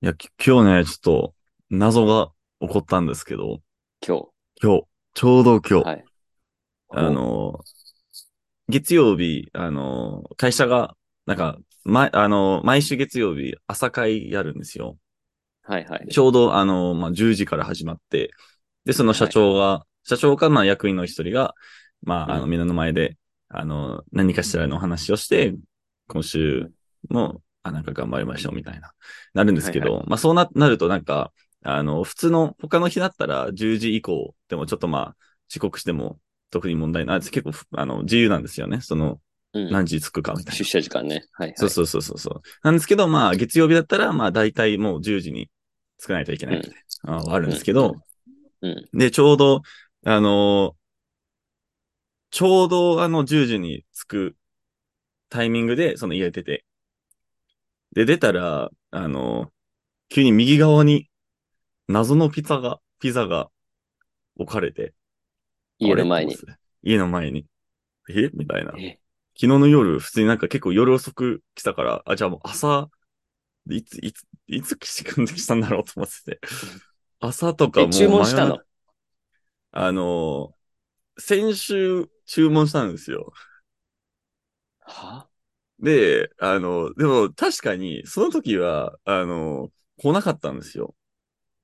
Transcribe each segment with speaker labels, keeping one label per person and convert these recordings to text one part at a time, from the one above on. Speaker 1: いや、き今日ね、ちょっと謎が起こったんですけど、
Speaker 2: 今
Speaker 1: 今日、ちょうど今日、
Speaker 2: 日。はい。
Speaker 1: あの、月曜日、あの、会社が、なんか、ま、あの、毎週月曜日、朝会やるんですよ。
Speaker 2: はいはい。
Speaker 1: ちょうど、あの、まあ、10時から始まって、で、その社長が、社長か、まあ、役員の一人が、まあ、あ
Speaker 2: う
Speaker 1: の、
Speaker 2: ん
Speaker 1: みんなの前で、あの、何かしらのお話をして、今週も、あ、なんか頑張りましょう、みたいな、なるんですけど、
Speaker 2: はい
Speaker 1: まあ、そうな、なると、なんか、あの、普通の、他の日だったら、10時以降でも、ちょっとまあ、遅刻しても、特に問題ない。結構ふ、あの、自由なんですよね。その、
Speaker 2: うん
Speaker 1: 何時着くかみたいな。
Speaker 2: 出社時間ね。はいはい。
Speaker 1: そうそうそうそうそう。なんですけど、まあ、月曜日だったら、まあ、大体もう10時に着かないといけないみたいな、あはあるんですけど、
Speaker 2: うん。
Speaker 1: で、ちょうど、あのーちょうどあの10時に着くタイミングで、その家出て、で、出たら、あのー急に右側に謎のピザが、ピザが置かれて、
Speaker 2: 家の前に
Speaker 1: あ。れ。家の前に。えみたいな。
Speaker 2: え
Speaker 1: 昨日の夜、普通になんか結構夜遅く来たから、あ、じゃあもう朝、いつ、いつ、いつ来てしたんだろうと思 ってて。朝とかも
Speaker 2: え
Speaker 1: う
Speaker 2: 注文し
Speaker 1: 真
Speaker 2: た
Speaker 1: 夜
Speaker 2: の
Speaker 1: 中あのー先週注文したんですよ。
Speaker 2: は
Speaker 1: で、あのでも確かに、その時は、あの来なかったんですよ。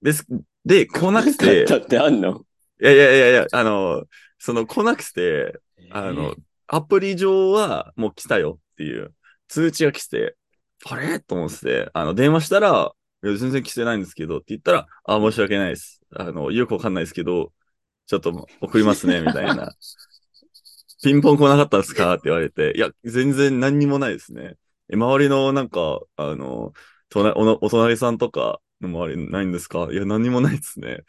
Speaker 1: です、で、来なくて、
Speaker 2: だってあんの
Speaker 1: いやいやいやいや、あのその来なくて、あの、、アプリ上はもう来たよっていう通知が来て、あれと思ってて、あの、電話したら、いや全然来てないんですけどって言ったら、あ、申し訳ないです。あの、よくわかんないですけど、ちょっと送りますね、みたいな。ピンポン来なかったんですかって言われて、いや、全然何にもないですね。え周りのなんか、あの、隣おのお隣さんとかの周りないんですかいや、何にもないですね。って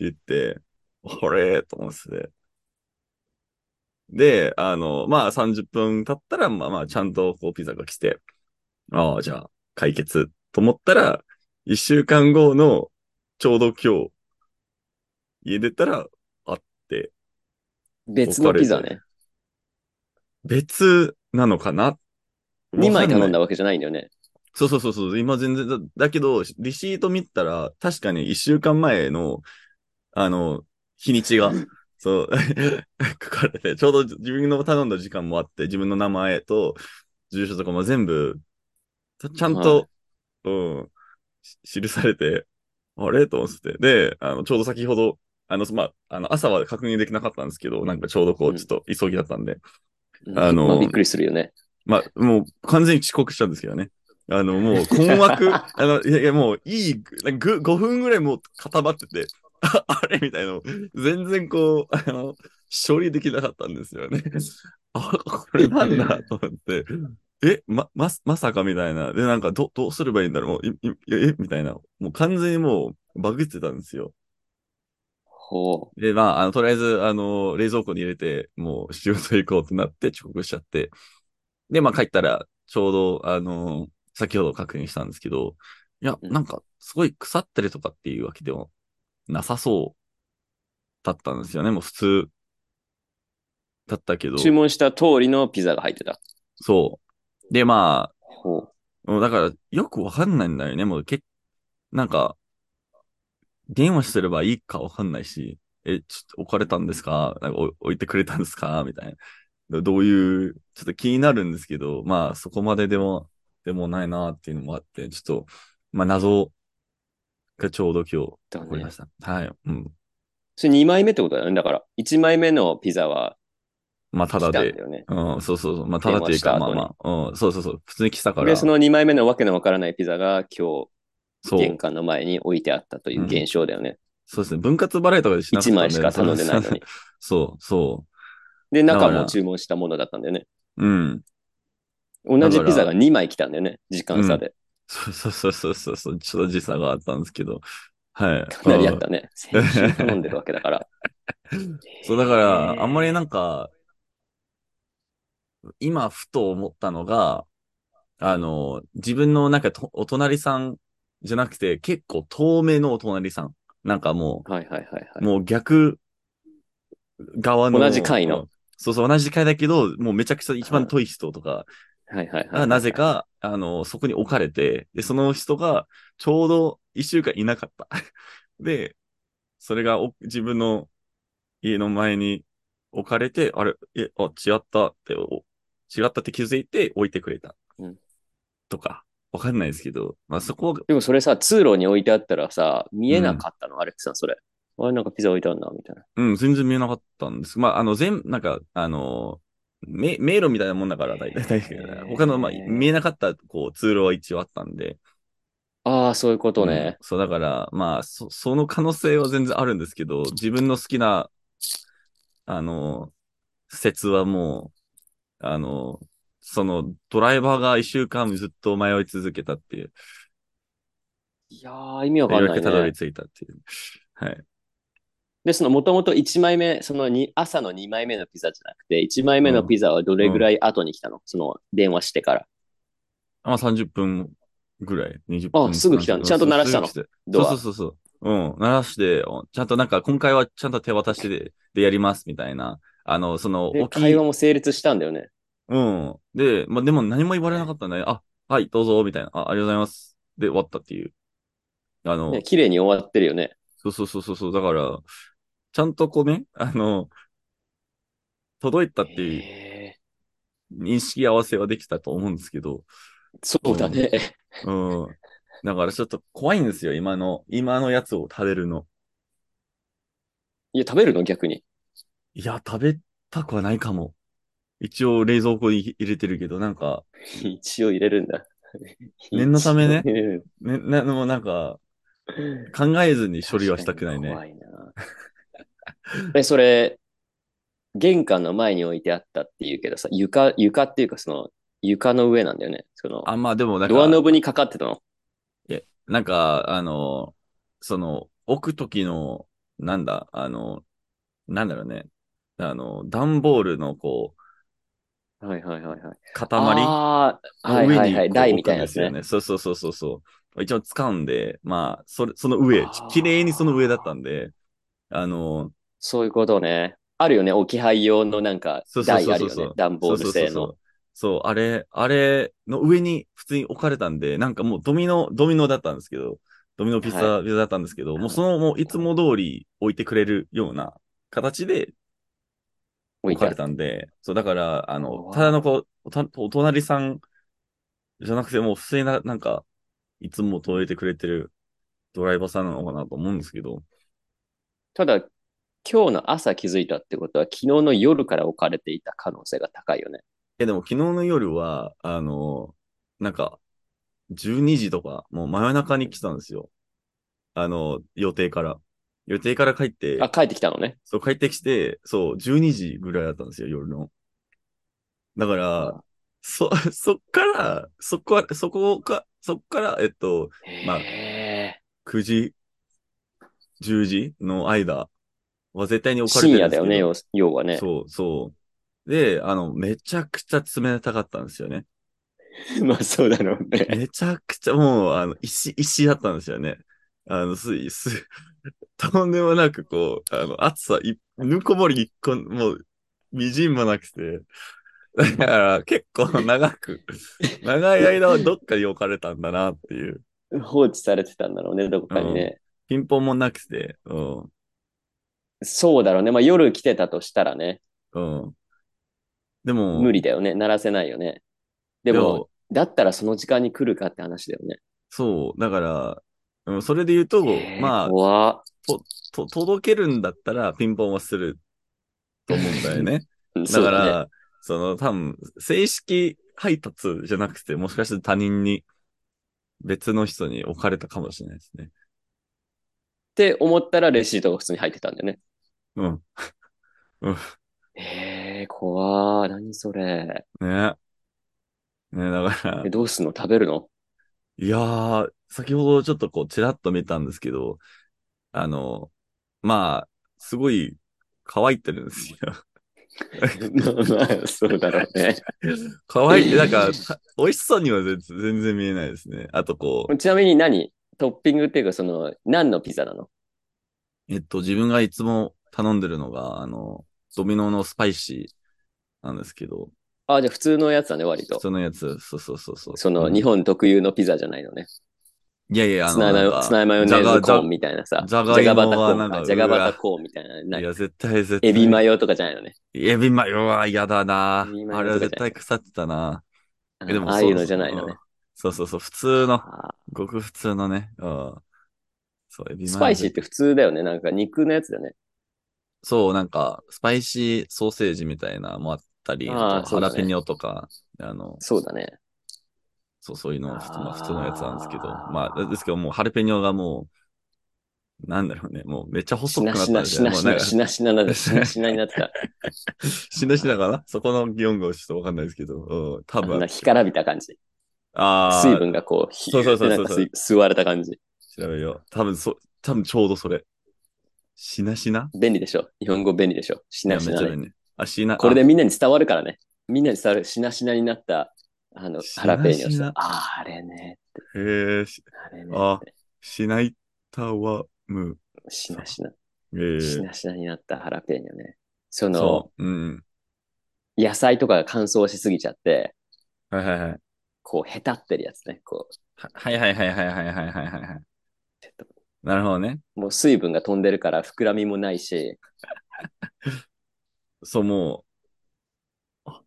Speaker 1: 言って、あれと思ってて。で、あの、まあ30分経ったら、まあまあちゃんとこうピザが来て、ああ、じゃあ解決と思ったら、一週間後のちょうど今日、家出たら、
Speaker 2: えー別のピザね。
Speaker 1: 別なのかな
Speaker 2: 2枚頼ん
Speaker 1: だ。
Speaker 2: だわけじゃないんだよね。
Speaker 1: そうそうそうそう。今全然だ、だけど、レシート見たら、確かに一週間前の、あの、日にち が、そう、 書かれて、ちょうど自分の頼んだ時間もあって、自分の名前と、住所とかも全部、ちゃんと、うん、し記されて、あれと思ってて。で、あの、ちょうど先ほど、あの、まあ、あの、朝は確認できなかったんですけど、なんかちょうどこ
Speaker 2: うん
Speaker 1: う、ちょっと急ぎだったんで、
Speaker 2: うん
Speaker 1: あの
Speaker 2: まびっくりするよね。
Speaker 1: まあ、もう完全に遅刻したんですけどね。あの、もう困惑、あの、いやいや、もういい、なんかぐ5分ぐらいもう固まってて、 ああれみたいなの、全然こう、あの、処理できなかったんですよね。 あ、これなんだと思って、え、ま、ま、まさかみたいな。で、なんか、ど、どうすればいいんだろう、もう、いいえ、みたいな。もう完全にもう、バグってたんですよ。
Speaker 2: ほ
Speaker 1: で、まあ、あの、とりあえず、あの、冷蔵庫に入れて、もう仕事行こうってなって遅刻しちゃって。で、まあ帰ったら、ちょうど、あの、先ほど確認したんですけど、いや、
Speaker 2: うん
Speaker 1: なんか、すごい腐ってるとかっていうわけでもなさそうだったんですよね。もう普通だったけど
Speaker 2: う。。注文した通りのピザが入ってた。
Speaker 1: そう。で、まあ、
Speaker 2: ほう。
Speaker 1: うんだから、よくわかんないんだよね。もう、け、なんか、電話すればいいかわかんないし、え、ちょっと置かれたんですかなんかお置いてくれたんですかみたいな。どういう、ちょっと気になるんですけど、まあ、そこまででも、でもないなっていうのもあって、ちょっと、まあ、謎がちょうど今日
Speaker 2: だ
Speaker 1: 起こり
Speaker 2: ね
Speaker 1: ま。した。はい。うん。
Speaker 2: それ2枚目ってことだよね。だから、1枚目のピザは
Speaker 1: まあ、た
Speaker 2: 来
Speaker 1: だ
Speaker 2: たんだ
Speaker 1: で。
Speaker 2: よね。
Speaker 1: うん、そうそうそう。まあ、ただっていうか、
Speaker 2: 電
Speaker 1: まあ
Speaker 2: 話した後に
Speaker 1: まあ、うん、そうそうそう。普通に来たから、
Speaker 2: で、その2枚目のわけのわからないピザが今
Speaker 1: そ
Speaker 2: 日、
Speaker 1: う
Speaker 2: 玄。関の前に置いてあったという現象だよね。
Speaker 1: そうですね。分割払いとかでしなかった
Speaker 2: 1
Speaker 1: んで
Speaker 2: 枚しか頼んでないのに。
Speaker 1: そう、そ
Speaker 2: で、
Speaker 1: だか
Speaker 2: 中
Speaker 1: ら
Speaker 2: も注文したものだったんだよね。
Speaker 1: う。うん。
Speaker 2: 同
Speaker 1: だか
Speaker 2: じ
Speaker 1: ら
Speaker 2: ピザが2枚来たんだよね、時間差で。
Speaker 1: そうそうそうそうそうそう。ちょっと時差があったんですけど。はい。
Speaker 2: かなりあった
Speaker 1: うん
Speaker 2: ね。先週頼んでるわけ だから。
Speaker 1: そう、だから、
Speaker 2: へー
Speaker 1: あんまりなんか、今、ふと思ったのが、あの、自分のなんかと、お隣さんじゃなくて、結構遠目のお隣さん。なんかもう、
Speaker 2: はいはいはい
Speaker 1: もう逆側の。
Speaker 2: 同じ階の
Speaker 1: うん。そうそう、同じ階だけど、もうめちゃくちゃ一番遠い人とか
Speaker 2: はいはいはい。
Speaker 1: がなぜ。か、あの、そこに置かれて、で、その人がちょうど一週間いなかった。 で、それがお自分の家の前に置かれて、あれ、え、あ、違ったって、お違ったって気づいて置いてくれた。
Speaker 2: うん
Speaker 1: とか、わかんないですけど、まあそこが、
Speaker 2: でもそれさ、通路に置いてあったらさ、見えなかったの、アレックさん、それ。あれ、なんかピザ置いてあるな、みたいな。
Speaker 1: うん、全然見えなかったんです。まあ、あの、全、なんか、あの、め迷路みたいなもんだから、大体、大体他の、まあ、見えなかった、こう、通路は一応あったんで、
Speaker 2: ああ、そういうことね。
Speaker 1: うんそう、だから、まあ、そ、その可能性は全然あるんですけど、自分の好きな、あの、説はもう、あの、その、ドライバーが一週間ずっと迷い続けたっていう、
Speaker 2: いやー、意味わ
Speaker 1: ようん
Speaker 2: か
Speaker 1: や
Speaker 2: な
Speaker 1: く
Speaker 2: い
Speaker 1: たどり
Speaker 2: ね。
Speaker 1: 着いたっていう。はい。
Speaker 2: で、その、もともと1枚目、そのに朝の2枚目のピザじゃなくて、1枚目のピザはどれぐらい後に来たの、その、電話してから。
Speaker 1: まあ、30分ぐらい、20
Speaker 2: あ
Speaker 1: 分。
Speaker 2: すぐ来たのちゃんと鳴らしたの
Speaker 1: すぐ来て
Speaker 2: ドア。
Speaker 1: そうそうそうそう。うん。鳴らして、おちゃんとなんか、今回はちゃんと手渡しで、でやります、みたいな。あの、その、
Speaker 2: で
Speaker 1: 大きい
Speaker 2: 会話も成立したんだよね。
Speaker 1: うん。で、まあ、でも何も言われなかったんで、あ、はい、どうぞ、みたいな。あ、ありがとうございます。で、終わったっていう。あの、
Speaker 2: ね綺麗に終わってるよね。
Speaker 1: そうそうそうそうそう、だから、ちゃんとこうね、あの、届いたっていう
Speaker 2: へ
Speaker 1: 認識合わせはできたと思うんですけど、
Speaker 2: ーそうだね。
Speaker 1: うん。だからちょっと怖いんですよ、今の、今のやつを食べるの。
Speaker 2: いや、食べるの逆 に。
Speaker 1: いや、食べたくはないかも。一応冷蔵庫に入れてるけど、なんか、
Speaker 2: 一応入れるんだ。
Speaker 1: 念のため ね
Speaker 2: 一応入れる
Speaker 1: ね、な、もうなんか、考えずに処理はしたくないね。
Speaker 2: 確かに怖いな。え、それ、玄関の前に置いてあったっていうけどさ、床、床っていうかその、床の上なんだよね。その、
Speaker 1: あ、まあでもなんか、
Speaker 2: ドアノブにかかってたの。
Speaker 1: なんか、あの、その、置くときの、なんだ、あの、なんだろうね。あの、段ボールの、こう、
Speaker 2: はいはいはいはい。
Speaker 1: 塊の
Speaker 2: ああ、
Speaker 1: 上
Speaker 2: はい
Speaker 1: に
Speaker 2: はいはい。
Speaker 1: こう
Speaker 2: 台
Speaker 1: 置
Speaker 2: みた
Speaker 1: くん
Speaker 2: いな
Speaker 1: で
Speaker 2: や
Speaker 1: す
Speaker 2: つ
Speaker 1: よ
Speaker 2: ね。
Speaker 1: ね。そうそうそうそうそう。一応使うんで、まあ、それ、その上
Speaker 2: あー、
Speaker 1: 綺麗にその上だったんで、あの、
Speaker 2: そういうことね。あるよね。置き配用のなんか
Speaker 1: そう、そう
Speaker 2: 台
Speaker 1: そう
Speaker 2: あ
Speaker 1: そ
Speaker 2: る
Speaker 1: う
Speaker 2: よ
Speaker 1: そう
Speaker 2: ね。段ボール製
Speaker 1: そうそうそうそ
Speaker 2: の
Speaker 1: う。。そう、あれ、あれの上に普通に置かれたんで、なんかもうドミノ、ドミノだったんですけど、ドミノピザ、ピザだったんですけど、もうその、もういつも通り置いてくれるような形で
Speaker 2: 置い
Speaker 1: 置
Speaker 2: て
Speaker 1: か
Speaker 2: あ
Speaker 1: れ
Speaker 2: る。
Speaker 1: たんで、そう、だから、あの
Speaker 2: お、ー
Speaker 1: ただのこう、おたお隣さんじゃなくて、もう普通な、なんか、いつも届いてくれてるドライバーさんなのかなと思うんですけど、
Speaker 2: ただ、今日の朝気づいたってことは、昨日の夜から置かれていた可能性が高いよね。
Speaker 1: え、でも昨日の夜は、あの、なんか、12時とか、もう真夜中に来たんですよ。あの、予定から。予定から帰って、
Speaker 2: あ、帰ってきたのね。
Speaker 1: そう、帰ってきて、そう、12時ぐらいだったんですよ、夜の。だから、そ、 そっから、そこは、そこか、そっから、えっと、まあ
Speaker 2: へー
Speaker 1: 9時、10時の間は絶対に置かれて
Speaker 2: 深
Speaker 1: る
Speaker 2: 夜
Speaker 1: んで
Speaker 2: だ
Speaker 1: すけど。
Speaker 2: よね、要要はね。
Speaker 1: そう、そう。で、あの、めちゃくちゃ冷たかったんですよね。
Speaker 2: まあそうだろうね。
Speaker 1: めちゃくちゃ、もう、あの、石、石だったんですよね。あの、す、す、とんでもなく、こう、あの、暑さい、ぬこもり一個、もう、みじんもなくて。だから、結構長く、長い間はどっかに置かれたんだなっていう。
Speaker 2: 放置されてたんだろうね、どこかにね。
Speaker 1: ピンポンもなくて、うん、
Speaker 2: そうだろうね。まあ夜来てたとしたらね、
Speaker 1: うん。でも、
Speaker 2: 無理だよね。鳴らせないよね。でも、、だったらその時間に来るかって話だよね。
Speaker 1: そう、だから、うん、それで言うと、
Speaker 2: へー
Speaker 1: まあ
Speaker 2: 怖っ
Speaker 1: と、届けるんだったらピンポンはすると思うんだよね。だ
Speaker 2: そう
Speaker 1: か
Speaker 2: だね
Speaker 1: ら、その多分、正式配達じゃなくて、もしかして他人に、別の人に置かれたかもしれないですね。
Speaker 2: って思ったらレシートが普通に入ってたんだよね。
Speaker 1: うん。
Speaker 2: えー、怖ー。何それ。
Speaker 1: ねねだから
Speaker 2: え、どうすんの食べるの
Speaker 1: いやー、先ほどちょっとこう、ちらっと見たんですけど、あの、まあ、すごい乾いてるんですよ。
Speaker 2: まあまあ、そうだろうね。
Speaker 1: 乾いて、なんか、た美味しそうには全全然見えないですね。あとこう、
Speaker 2: ちなみに何トッピングっていうか、その、何のピザなの
Speaker 1: えっと、自分がいつも頼んでるのが、あの、ドミノのスパイシーなんですけど、
Speaker 2: あ、じゃあ普通のやつだね、割と。
Speaker 1: そのやつ、そうそうそうそう。
Speaker 2: その
Speaker 1: うん
Speaker 2: 日本特有のピザじゃないのね。
Speaker 1: いやいや、あ
Speaker 2: ツ
Speaker 1: の
Speaker 2: ナマ
Speaker 1: なん
Speaker 2: ヨ
Speaker 1: か
Speaker 2: ツナマヨネーズコーンみたいなさ。
Speaker 1: じゃがいも
Speaker 2: バタコ
Speaker 1: が
Speaker 2: ー
Speaker 1: な
Speaker 2: ン
Speaker 1: ん
Speaker 2: か。
Speaker 1: か、
Speaker 2: じゃがバタ
Speaker 1: う
Speaker 2: コーンみたいな。
Speaker 1: わ
Speaker 2: ない
Speaker 1: や、絶対絶対。
Speaker 2: エビマヨとかじゃないのね。
Speaker 1: エビマヨは嫌だな
Speaker 2: エビ。マヨ
Speaker 1: あれは
Speaker 2: とかじ
Speaker 1: 絶
Speaker 2: ゃない
Speaker 1: 対腐ってたな。
Speaker 2: あ
Speaker 1: えでも
Speaker 2: ああいうのじゃないのね。。
Speaker 1: そうそうそう、普通の、
Speaker 2: あー
Speaker 1: ごく普通のね。うん。そう、エビマヨ。
Speaker 2: スパイシーって普通だよね。なんか肉のやつだよね。
Speaker 1: そう、なんか、スパイシーソーセージみたいなのもあったり、
Speaker 2: あー
Speaker 1: あと
Speaker 2: そう
Speaker 1: ハ
Speaker 2: だね
Speaker 1: ラペニョとか、あの、
Speaker 2: そうだね。
Speaker 1: そう、そういうのは普通まあ
Speaker 2: あー
Speaker 1: 普通のやつなんですけど、まあ、ですけどもう、ハルペニョがもう、なんだろうね、もうめっちゃ
Speaker 2: し
Speaker 1: 細くな
Speaker 2: な
Speaker 1: ったみたい
Speaker 2: しな
Speaker 1: な。
Speaker 2: しな
Speaker 1: もう
Speaker 2: し
Speaker 1: なん
Speaker 2: な
Speaker 1: か
Speaker 2: しなしななでしなしなになってた。
Speaker 1: しなしなかなそこの擬音語ちょっとわかんないですけど、うん、多
Speaker 2: あん
Speaker 1: 分
Speaker 2: な、干からびた感じ。
Speaker 1: あ
Speaker 2: 水
Speaker 1: ー、
Speaker 2: 分がこう、ひ
Speaker 1: そうそうそうそう
Speaker 2: なんか吸吸われた感じ。
Speaker 1: 調べよう。多分、そ、多分ちょうどそれ。しなしな
Speaker 2: 便利でしょ。日本語便利でしょ。し
Speaker 1: い
Speaker 2: な
Speaker 1: や、
Speaker 2: し
Speaker 1: めっ
Speaker 2: な
Speaker 1: ちゃ
Speaker 2: で。
Speaker 1: 便利。あ、しな、
Speaker 2: これでみんなに伝わるからね。みんなに伝わるしなしなになった、あの、
Speaker 1: しなし
Speaker 2: ハ
Speaker 1: な
Speaker 2: ラペーニョした。あーあれね。
Speaker 1: あ。へえ、し、
Speaker 2: あれね。
Speaker 1: あしないたわむ。
Speaker 2: しなしな。
Speaker 1: え
Speaker 2: し
Speaker 1: ー、
Speaker 2: なしなになったハラペーニョね。その、
Speaker 1: そう。うん。
Speaker 2: 野菜とかが乾燥しすぎちゃって、
Speaker 1: はいはいはい。
Speaker 2: こう、へたってるやつね。こう、
Speaker 1: ははいはいはいはいはいはいはいはいはい。
Speaker 2: ちょっ
Speaker 1: なるほどね。
Speaker 2: ともう水分が飛んでるから膨らみもないし、
Speaker 1: そう、もう。あ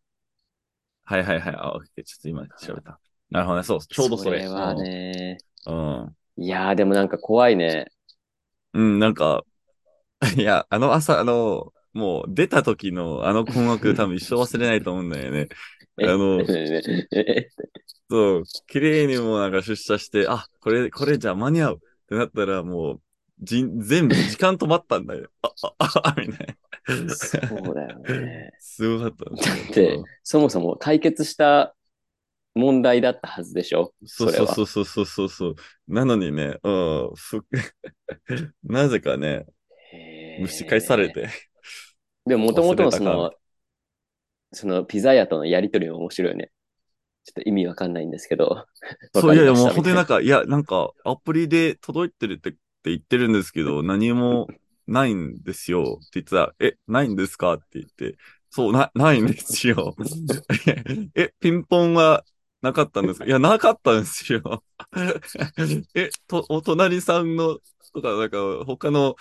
Speaker 1: はいはいはい。あ、オッケーちょっと今調べた。なるほどね。そう、ちょうどそれ。
Speaker 2: それはね、
Speaker 1: うん。
Speaker 2: いやーでもなんか怖いね。
Speaker 1: うん、なんか、 いや、あの朝、あの、もう出た時のあの困惑多分一生忘れないと思うんだよ ね。あ
Speaker 2: え
Speaker 1: の、
Speaker 2: え
Speaker 1: そう、綺麗にもうなんか出社して、あ、これ、これじゃ間に合うってなったらもう、じん全部時間止まったんだよ。あ、あ、あ、みたいな。
Speaker 2: そうだよね。
Speaker 1: すごかったんだ
Speaker 2: だ
Speaker 1: よ
Speaker 2: って、そもそも解決した問題だったはずでしょ
Speaker 1: そう
Speaker 2: それ
Speaker 1: そう
Speaker 2: は。
Speaker 1: そうそうそうそうそう。なのにね、うん、ふなぜか ね、
Speaker 2: へ
Speaker 1: 蒸
Speaker 2: ー
Speaker 1: し返され。て。
Speaker 2: でも、もともとのそ
Speaker 1: 忘れ
Speaker 2: の、そのピザ屋とのやりとりも面白いよね。ちょっと意味わかんないんですけど。
Speaker 1: そう、いやいや、もう
Speaker 2: わか
Speaker 1: 本当にな
Speaker 2: りま
Speaker 1: ん
Speaker 2: し
Speaker 1: か、いや、なんか、アプリで届いてるってって言ってるんですけ ど、何もないんですよって言ってたら、え、ないんですかって言って、そう、な、ないんですよ。 え、ピンポンはなかったんですかいや、なかったんですよ。 え、と、お隣さんの、とか、なんか、他の、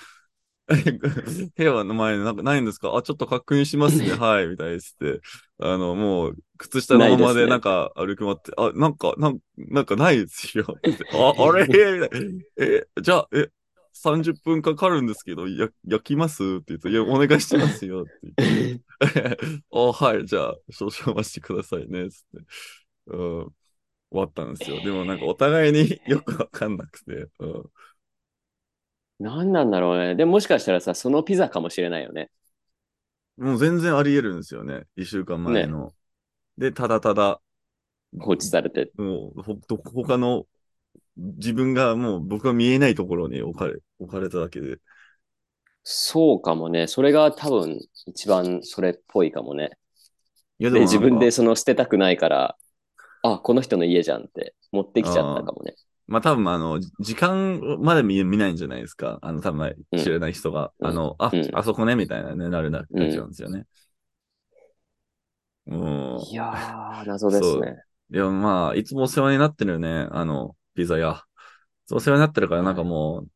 Speaker 1: 部屋の前になんかないんですかあ、ちょっと確認します ね。はい、みたいにして。あの、もう、靴下のままで、
Speaker 2: な
Speaker 1: ないんか歩き回って、あ、なんか、なんなんかないです よ。あ、あれみたいなえ、じゃあ、え、30分かかるんですけど、や焼きますって言って、いや、お願いしますよって言って。 あ、はい、じゃあ、少々お待ちくださいね、つって。うん、終わったんですよ。でもなんかお互いによくわかんなくて。うん、
Speaker 2: 何なんだろうね。でももしかしたらさ、そのピザかもしれないよね。
Speaker 1: もう全然あり得るんですよね。一週間前の。で、ただただ、
Speaker 2: 放置されて。
Speaker 1: もう、ほ、ど他の、自分がもう僕が見えないところに置かれ、置かれただけで。
Speaker 2: そうかもね。それが多分一番それっぽいかもね。
Speaker 1: いや
Speaker 2: で、自分で
Speaker 1: す。
Speaker 2: その捨てたくないから、あ、この人の家じゃんって持ってきちゃったかもね。
Speaker 1: まあ多分あの、じ時間まで見、見ないんじゃないですか。あの、多分知らない人が、
Speaker 2: うん
Speaker 1: あの、あ
Speaker 2: うん、
Speaker 1: あそこね、みたいなね、なるだけ
Speaker 2: うん
Speaker 1: なんですよね。うん。
Speaker 2: いやー、謎ですね。
Speaker 1: でもまあ、いつもお世話になってるよね、あの、ピザ屋。いつもお世話になってるから、なんかもう、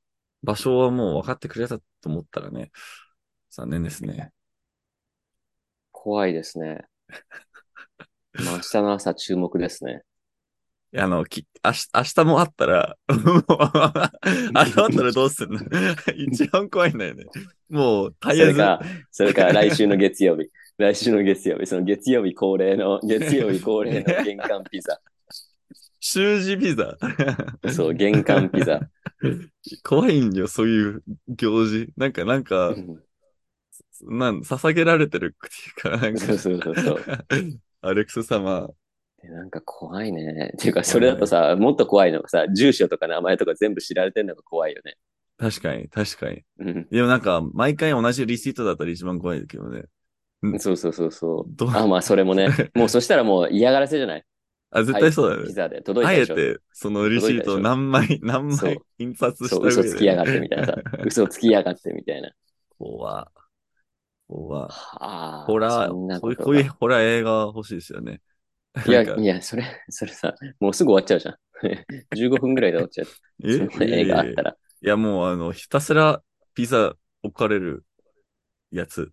Speaker 1: 場所はもう分かってくれたと思ったらね、残念ですね。
Speaker 2: 怖いで すね。まあ明日の朝注目ですね。
Speaker 1: いやあの、き、明日、明日もあったら、 もう、あのあったらどう すんの一番怖いんだよね。もう、
Speaker 2: そ
Speaker 1: 絶え
Speaker 2: れ
Speaker 1: ず。
Speaker 2: か、それか来週の月曜日。来週の月曜日、その月曜日恒 例の、月曜日恒例の玄関ピザ。
Speaker 1: 習字ビザ。
Speaker 2: そう、玄関ピザ。
Speaker 1: 怖いんよ、そういう行事。なんか、なんか、なん、捧げられてるっていう か、なんか
Speaker 2: そうそうそうそう。
Speaker 1: アレクス様。
Speaker 2: でなんか怖いね。っていうか、それだとさ、もっと怖いのがさ、住所とか名前とか全部知られてるのが怖いよね。
Speaker 1: 確かに、確かに。
Speaker 2: うん
Speaker 1: でもなんか、毎回同じリシートだったら一番怖いけどね。
Speaker 2: そうそうそうそう。
Speaker 1: どう
Speaker 2: あ、まあ、それもね。もう、そしたらもう嫌がらせじゃない
Speaker 1: あ、絶対そうだ
Speaker 2: ピ
Speaker 1: ね。
Speaker 2: ザで届
Speaker 1: あ
Speaker 2: いた
Speaker 1: え
Speaker 2: でしょ。
Speaker 1: て、そのリシートを何枚、何
Speaker 2: そう
Speaker 1: 枚印刷した
Speaker 2: そう、嘘つきやがってみ
Speaker 1: た
Speaker 2: たいなさ。嘘つきやがってみたいな。
Speaker 1: 怖。こは。
Speaker 2: はあ。
Speaker 1: ホラー、
Speaker 2: そんな
Speaker 1: こうい
Speaker 2: こ
Speaker 1: う、
Speaker 2: と
Speaker 1: こういう
Speaker 2: が
Speaker 1: ホラー映画欲しいですよね。
Speaker 2: い
Speaker 1: なん
Speaker 2: や、
Speaker 1: か
Speaker 2: いや、それ、それさ、もうすぐ終わっちゃうじゃん。15分ぐ らいで終わっちゃう。
Speaker 1: え
Speaker 2: その映画あったら。
Speaker 1: いや、もう、あの、ひたすらピザ置かれるやつ。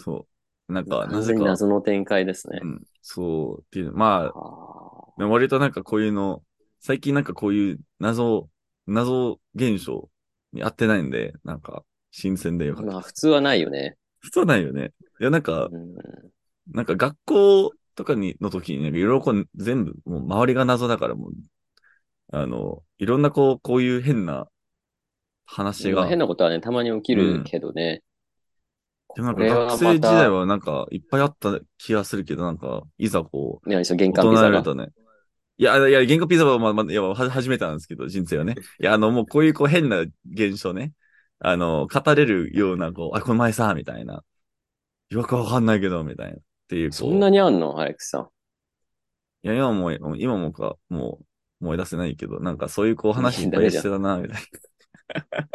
Speaker 1: そう。なんか、な
Speaker 2: 完
Speaker 1: ぜ
Speaker 2: 全に
Speaker 1: か。
Speaker 2: 謎の展開ですね
Speaker 1: う。ん。そう。っていうの。ま
Speaker 2: はあ
Speaker 1: あ、割となんかこういうの、最近なんかこういう謎、謎現象に合ってないんで、なんか、新鮮でよかった。
Speaker 2: まあ、普通はないよね。
Speaker 1: 普通はないよね。いや、なんか、
Speaker 2: うん
Speaker 1: なんか学校とかに、の時に、なんかいろいろこう、全部、もう周りが謎だから、もう、あの、いろんなこう、こういう変な話
Speaker 2: ま
Speaker 1: が。
Speaker 2: あ変なことはね、たまに起きるけどね。
Speaker 1: でもなん
Speaker 2: こ
Speaker 1: か
Speaker 2: れは
Speaker 1: 学生時
Speaker 2: ま
Speaker 1: 代
Speaker 2: た
Speaker 1: はなんかいっぱいあった気がするけど、なんか、いざこ
Speaker 2: いや、そう、
Speaker 1: う、
Speaker 2: 玄
Speaker 1: 大人
Speaker 2: 関ピ
Speaker 1: にな
Speaker 2: ザ
Speaker 1: る
Speaker 2: が。
Speaker 1: とね。いや、いや、原価ピザはまあまあ、いや、は初めてなんですけど、人 生はね。いや、あの、もうこういうこう変な現象ね。あの、語れるような、こう、あ、この前さ、みたいな。よくわかんないけど、みたいな。っていう、こう
Speaker 2: そんなにあんのアレックスさん。
Speaker 1: いや、今も、今もか、もう、思い出せないけど、なんかそういうこう話いっぱいしてたな、みたいな。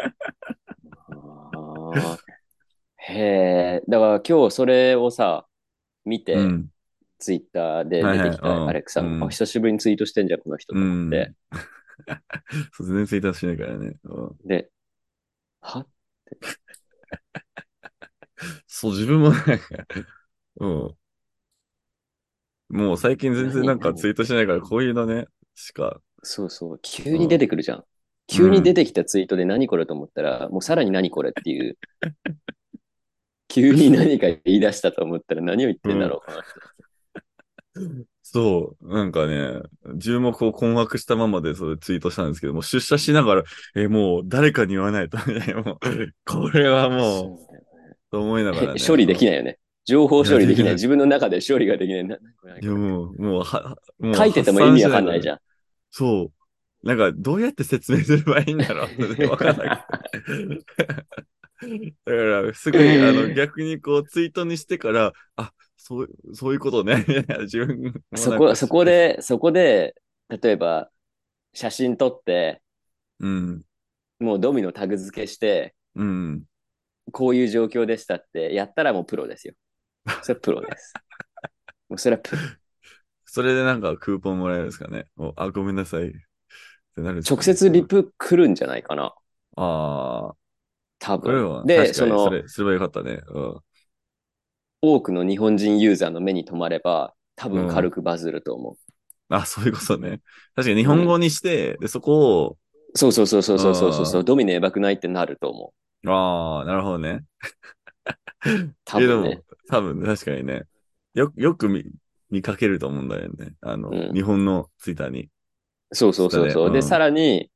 Speaker 2: あーへえ、だから今日それをさ、見て、
Speaker 1: うん。
Speaker 2: ツイッターで出てき
Speaker 1: はいはいうん
Speaker 2: たアレックスさんが、
Speaker 1: うん
Speaker 2: あ久しぶりにツイートしてんじゃん、この人と思って。
Speaker 1: そう、全然ツイートしないからね。うん
Speaker 2: で、は
Speaker 1: そう、自分もなんか、うん。もう最近全然なんか
Speaker 2: 何
Speaker 1: ツイートしないから、こういうのね、しか。
Speaker 2: そうそう、急に出てくるじゃん。急に出てきたツイートで何これと思ったら、もうさらに何これっていう。 急に何か言い出したと思ったら何を言ってんだろう、この人
Speaker 1: そう、なんかね、自分もこう困惑したままでそれツイートしたんですけど、もう出社しながら、え、もう誰かに言わないと、いやもう、これはも
Speaker 2: そう
Speaker 1: う、と思いながらね。
Speaker 2: へ 処理できないよね。情報処理でき
Speaker 1: い
Speaker 2: な
Speaker 1: や
Speaker 2: い。
Speaker 1: で
Speaker 2: 自分の中で処理ができないな。ない
Speaker 1: や、もう、もう、は、もう
Speaker 2: 書いてても意味わかんないじ
Speaker 1: ゃん。
Speaker 2: ゃん。
Speaker 1: そう。なんか、どうやって説明すればいいんだろう ってわかんなくて。だから、すごい、あの、逆にこう、ツイートにしてから、あ、そう、そういうことね。 自分もなんか
Speaker 2: そこ、そこ。で、そこで、例えば、写真撮って、
Speaker 1: うん。
Speaker 2: もうドミノタグ付けして、
Speaker 1: うん。
Speaker 2: こういう状況でしたって、やったらもうプ ロですよ。それはプロです。もうそれはプロ。
Speaker 1: それでなんか、クーポンもらえるんですかね。おあ、ごめんなさい。ってなるんですかね
Speaker 2: 直接リプ来るんじゃないかな。
Speaker 1: ああ。
Speaker 2: 多
Speaker 1: これは、確か
Speaker 2: 分。
Speaker 1: に
Speaker 2: で、そ
Speaker 1: そ
Speaker 2: の、
Speaker 1: れ、すればよかったね。うん。
Speaker 2: 多くの日本人ユーザーの目に留まれば、多分軽くバズると思う。
Speaker 1: あ、そういうことね。確かに日本語にして、で、そこを、
Speaker 2: そうそうそうそうそうそうそうう、ドミノやばくないってなると思う。
Speaker 1: ああ、なるほどね。
Speaker 2: 多分
Speaker 1: いやで
Speaker 2: ね
Speaker 1: も。多分ね、確かにね。よ、よく見、見かけると思うんだよね。あの、
Speaker 2: うん
Speaker 1: 日本のツイッターに。
Speaker 2: そうそうそうそう。
Speaker 1: そうだねう
Speaker 2: で、
Speaker 1: ん
Speaker 2: さらに、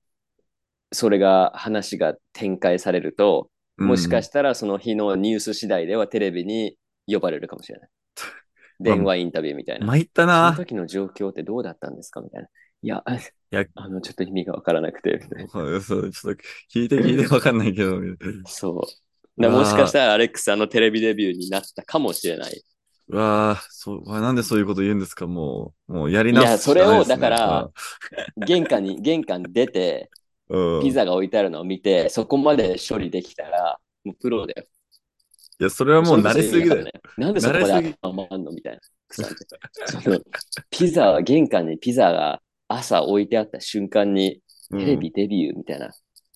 Speaker 2: それが、話が展開されると、もしか
Speaker 1: し
Speaker 2: したらその日のニュース次第ではテレビに呼ばれるかもしれない。
Speaker 1: まあ
Speaker 2: 電話インタビューみたい
Speaker 1: て
Speaker 2: な。
Speaker 1: 参った
Speaker 2: その
Speaker 1: な。
Speaker 2: 時の状況ってどうだったんですかみたいな。いや、あ
Speaker 1: や
Speaker 2: あの、ちょっと意味がわからなくて、みたい な。
Speaker 1: そう、ちょっと聞いて聞いてわかんないけど。
Speaker 2: そう。だからもしかしたらアレックスあのテレビデビューになったかもしれない。
Speaker 1: うわあ、そう、うわあなんでそういうこと言うんですかもう、もうやり
Speaker 2: い
Speaker 1: 直す
Speaker 2: や、
Speaker 1: しか
Speaker 2: そ
Speaker 1: な
Speaker 2: れ
Speaker 1: い
Speaker 2: を、
Speaker 1: ですね
Speaker 2: だから、、玄関 に、玄関出て、
Speaker 1: うん。
Speaker 2: ピザが置いてあるのを見て、そこまで処理できたら、もうプロだよ。
Speaker 1: いや、それはもう慣れすぎだ
Speaker 2: そ
Speaker 1: よ。
Speaker 2: こそ意味わかんないなんでそこま
Speaker 1: 慣れす
Speaker 2: で頭あんのみたいな。草ってそのピザ、玄関にピザが朝置いてあった瞬間に、
Speaker 1: うん
Speaker 2: テレビデビューみたいな。